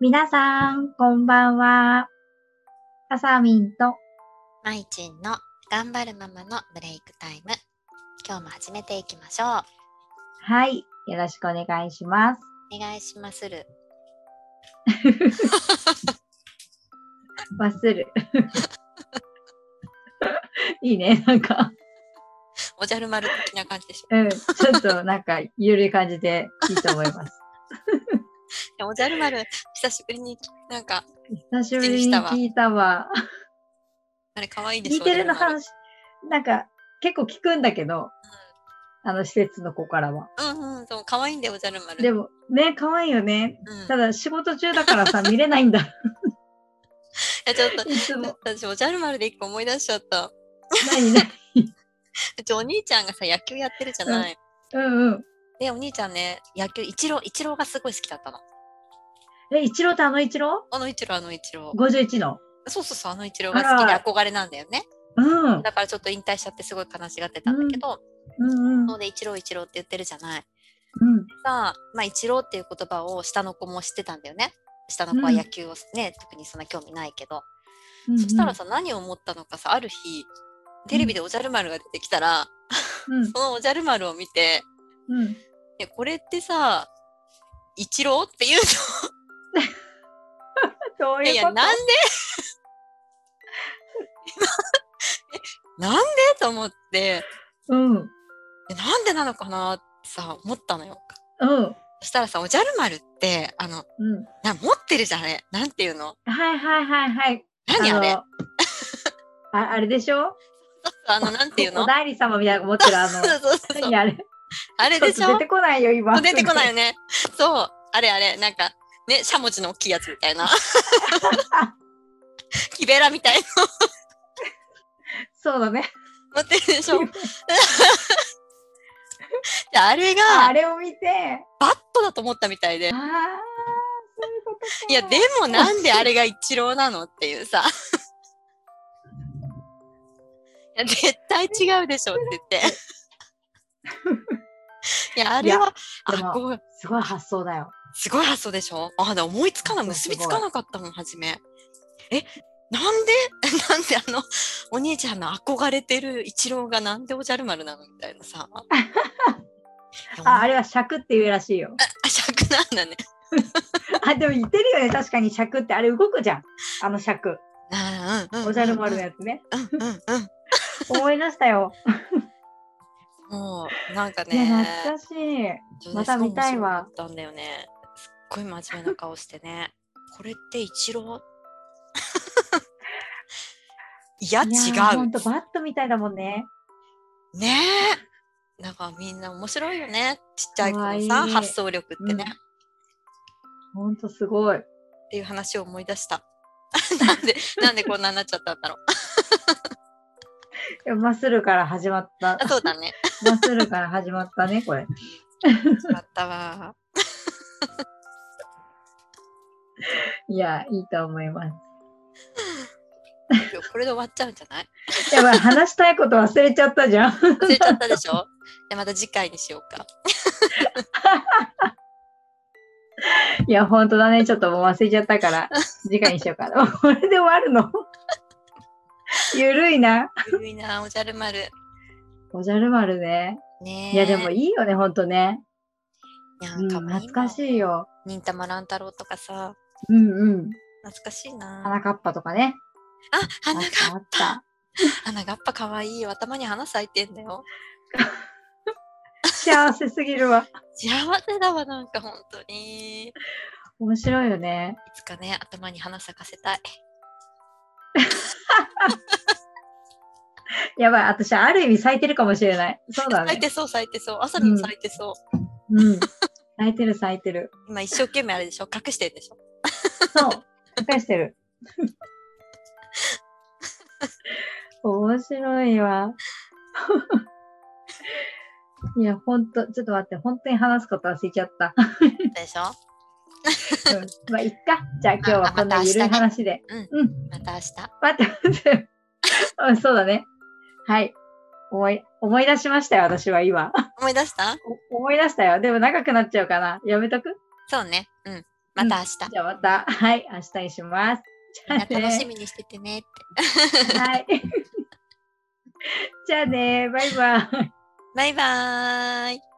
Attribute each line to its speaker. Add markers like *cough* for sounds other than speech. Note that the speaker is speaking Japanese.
Speaker 1: 皆さん、こんばんは。あさみんと、
Speaker 2: まいちんの頑張るママのブレイクタイム。今日も始めていきましょう。
Speaker 1: はい、よろしくお願いします。
Speaker 2: お願いしまする。
Speaker 1: バスル。 *laughs* いいね、なんか、
Speaker 2: おじゃる丸的な感じでしょ。
Speaker 1: うん、ちょっとなんか、ゆるい感じでいいと思い *laughs* ます。
Speaker 2: でもおじゃる丸、久しぶりになんか、
Speaker 1: 久しぶりに聞いたわ。
Speaker 2: あれ可愛いで
Speaker 1: 聞
Speaker 2: し
Speaker 1: い
Speaker 2: ょ。
Speaker 1: てるの
Speaker 2: おじゃる丸
Speaker 1: 話、なんか、結構聞くんだけど、あの施設の子からは。
Speaker 2: うんうん、そう、可愛いんだよ、おじゃる丸。
Speaker 1: でも、ね、可愛いよね。
Speaker 2: うん、い
Speaker 1: ただ、仕事中だからさ、見れないんだ。
Speaker 2: やちょっ
Speaker 1: *laughs*
Speaker 2: と
Speaker 1: いつも。
Speaker 2: 私、おじゃる丸で一個思い出しちゃった。
Speaker 1: 何ね。
Speaker 2: うちお兄ちゃんがさ、野球やってるじゃない。
Speaker 1: うんうん。
Speaker 2: で、お兄ちゃんね、野球、イチロー、イチローがすごい好きだったの。
Speaker 1: え、一郎ってあの一郎
Speaker 2: あのイチロー、あのイチロー。
Speaker 1: ?51 の。
Speaker 2: そうそうそう、あのイチローが好きで
Speaker 1: あら
Speaker 2: 憧れなんだよね。
Speaker 1: うん。
Speaker 2: だからちょっと引退しちゃってすごい悲しがってたんだけど、
Speaker 1: うんうん
Speaker 2: そうで、一郎一郎って言ってるじゃない。
Speaker 1: うん
Speaker 2: さあ、まあ、一郎っていう言葉を下の子も知ってたんだよね。下の子は野球をね、特にそんな興味ないけど。
Speaker 1: うん。
Speaker 2: そしたらさ、何を思ったのかさ、ある日、テレビでおじゃる丸が出てきたら、
Speaker 1: うん
Speaker 2: そのおじゃる丸を見て、
Speaker 1: うん。
Speaker 2: え、これってさ、一郎って言う
Speaker 1: そう
Speaker 2: のいやい
Speaker 1: いうこ
Speaker 2: や、
Speaker 1: と。
Speaker 2: なんで *laughs* えなんでと思って、
Speaker 1: うん。う
Speaker 2: えなんでなのかなってさ、思ったのよ。
Speaker 1: ん。
Speaker 2: そしたらさ、おじゃる丸って、あの、
Speaker 1: うん。
Speaker 2: な持ってるじゃん、あれ。なんていうの
Speaker 1: はいはいはいはい。
Speaker 2: 何あれあ
Speaker 1: のああれでしょ
Speaker 2: の、なんていうの
Speaker 1: お代理様みたいなの持ってるあ
Speaker 2: そ
Speaker 1: の
Speaker 2: う。そうそうそう
Speaker 1: 何。あれ
Speaker 2: あれでし
Speaker 1: ちょっと
Speaker 2: ょ
Speaker 1: 出てこないよ、今。
Speaker 2: 出てこないよね。そう。あれあれ、なんか、ね、しゃもじの大きいやつみたい *laughs* な。木べらみたいな
Speaker 1: そうだね。
Speaker 2: の持ってるでしょ。 *laughs* であれが
Speaker 1: あ、れを見て。
Speaker 2: バットだと思ったみたいで
Speaker 1: ああ、。そういうことか。
Speaker 2: いや、でもなんであれが一郎なのっていうさ。 *laughs* いや、絶対違うでしょって言って。いや、あれは、
Speaker 1: いやでも
Speaker 2: あこう
Speaker 1: すごい発想だよ。
Speaker 2: すごい発想でしょあ、だ思いつかない。
Speaker 1: そう
Speaker 2: 結
Speaker 1: すご
Speaker 2: び
Speaker 1: い
Speaker 2: つかなかったもん、はじめ。え、なんで *laughs* なんであの、お兄ちゃんの憧れてる一郎がなんでおじゃる丸なのみたい
Speaker 1: *laughs*
Speaker 2: なさ。
Speaker 1: あ、あれ
Speaker 2: は。
Speaker 1: は尺っていうらしいよ。
Speaker 2: あ、尺なんだね。
Speaker 1: あ、でも似てるよね。確かに尺ってあれ動くじゃん。あの尺。
Speaker 2: あうんうんうんうん
Speaker 1: おじゃる丸のやつね。
Speaker 2: うんうんうん。
Speaker 1: 思い出したよ。
Speaker 2: もう、なんか
Speaker 1: いや、
Speaker 2: ね。
Speaker 1: 懐かしい。
Speaker 2: そう
Speaker 1: また見たいわ。
Speaker 2: そう面白かったんだよね。すっごい真面目な顔してね。これって一郎 *laughs* いや、違
Speaker 1: ほ。
Speaker 2: うん
Speaker 1: とバットみたいだもんね。
Speaker 2: ねえ。なんかみんな面白いよね。ちっちゃい子の
Speaker 1: かわ
Speaker 2: さ、
Speaker 1: いい
Speaker 2: 発想力ってね、
Speaker 1: うん
Speaker 2: っ
Speaker 1: ほんとすごい。
Speaker 2: ていう話を思い出した。 *laughs* なんで、なんでこんなになっちゃったんだろう。
Speaker 1: マスルから始ま
Speaker 2: *laughs*
Speaker 1: った
Speaker 2: あ。そうだね。
Speaker 1: マスルから始まったね、これ。
Speaker 2: よかったわ。
Speaker 1: いや、いいと思いま
Speaker 2: 今日これで終わっちゃうんじゃ
Speaker 1: *laughs*
Speaker 2: ない
Speaker 1: す。やばい、話したいこと忘れちゃったじゃん。 *laughs*
Speaker 2: 忘れちゃったでしょじゃまた次回にしようか。
Speaker 1: いや、ほんとだね。ちょっともう忘れちゃったから、次回にしようかな。これで終わるの *laughs* ゆるいな。
Speaker 2: ゆるいな、おじゃる丸。
Speaker 1: おじゃる丸ね。
Speaker 2: ね
Speaker 1: い
Speaker 2: え。
Speaker 1: や、でもいいよね、ほんとね。
Speaker 2: な
Speaker 1: うんん、
Speaker 2: かもう今、
Speaker 1: 懐かし
Speaker 2: い。
Speaker 1: いよ。
Speaker 2: 忍たま乱太郎とかさ、
Speaker 1: うんうん。
Speaker 2: 懐かしい
Speaker 1: は
Speaker 2: な。
Speaker 1: なかっぱとかね。
Speaker 2: あ、花が、
Speaker 1: あった。
Speaker 2: 花がやっぱ可愛いよ。頭に花咲いてんだよ。
Speaker 1: 幸せすぎるわ。
Speaker 2: 幸せだわ、なんか本当に。
Speaker 1: 面白いよね。
Speaker 2: いつかね、頭に花咲かせたい。
Speaker 1: やばい、私、ある意味咲いてるかもしれない。そうだ
Speaker 2: 咲い
Speaker 1: ね。
Speaker 2: てそう、咲いてそう。朝にも咲いてそう。
Speaker 1: うん。咲いてる、咲いてる。
Speaker 2: 今一生懸命あれでしょ隠してるでしょ
Speaker 1: そう。返してる。面白いわ。いや、ほんと、ちょっと待って、本当に話すこと忘れちゃった。
Speaker 2: でしょ
Speaker 1: うんまあ、いっか。じゃあ、今日はこんなゆるい話で。
Speaker 2: うん。
Speaker 1: うん。
Speaker 2: また明日。
Speaker 1: 待って、待って。うんそうだね。はい。思い、思い出しましたよ、私は今。
Speaker 2: 思い出した
Speaker 1: お思い出したよ。でも長くなっちゃうかな。やめとく
Speaker 2: そうね。うん。また明日。
Speaker 1: じゃあまた、はい、明日にします。じゃあ
Speaker 2: みんな
Speaker 1: ね、
Speaker 2: 楽しみにしててねって。
Speaker 1: はい。 *laughs* じゃあね、バイバイ。
Speaker 2: バイバーイ。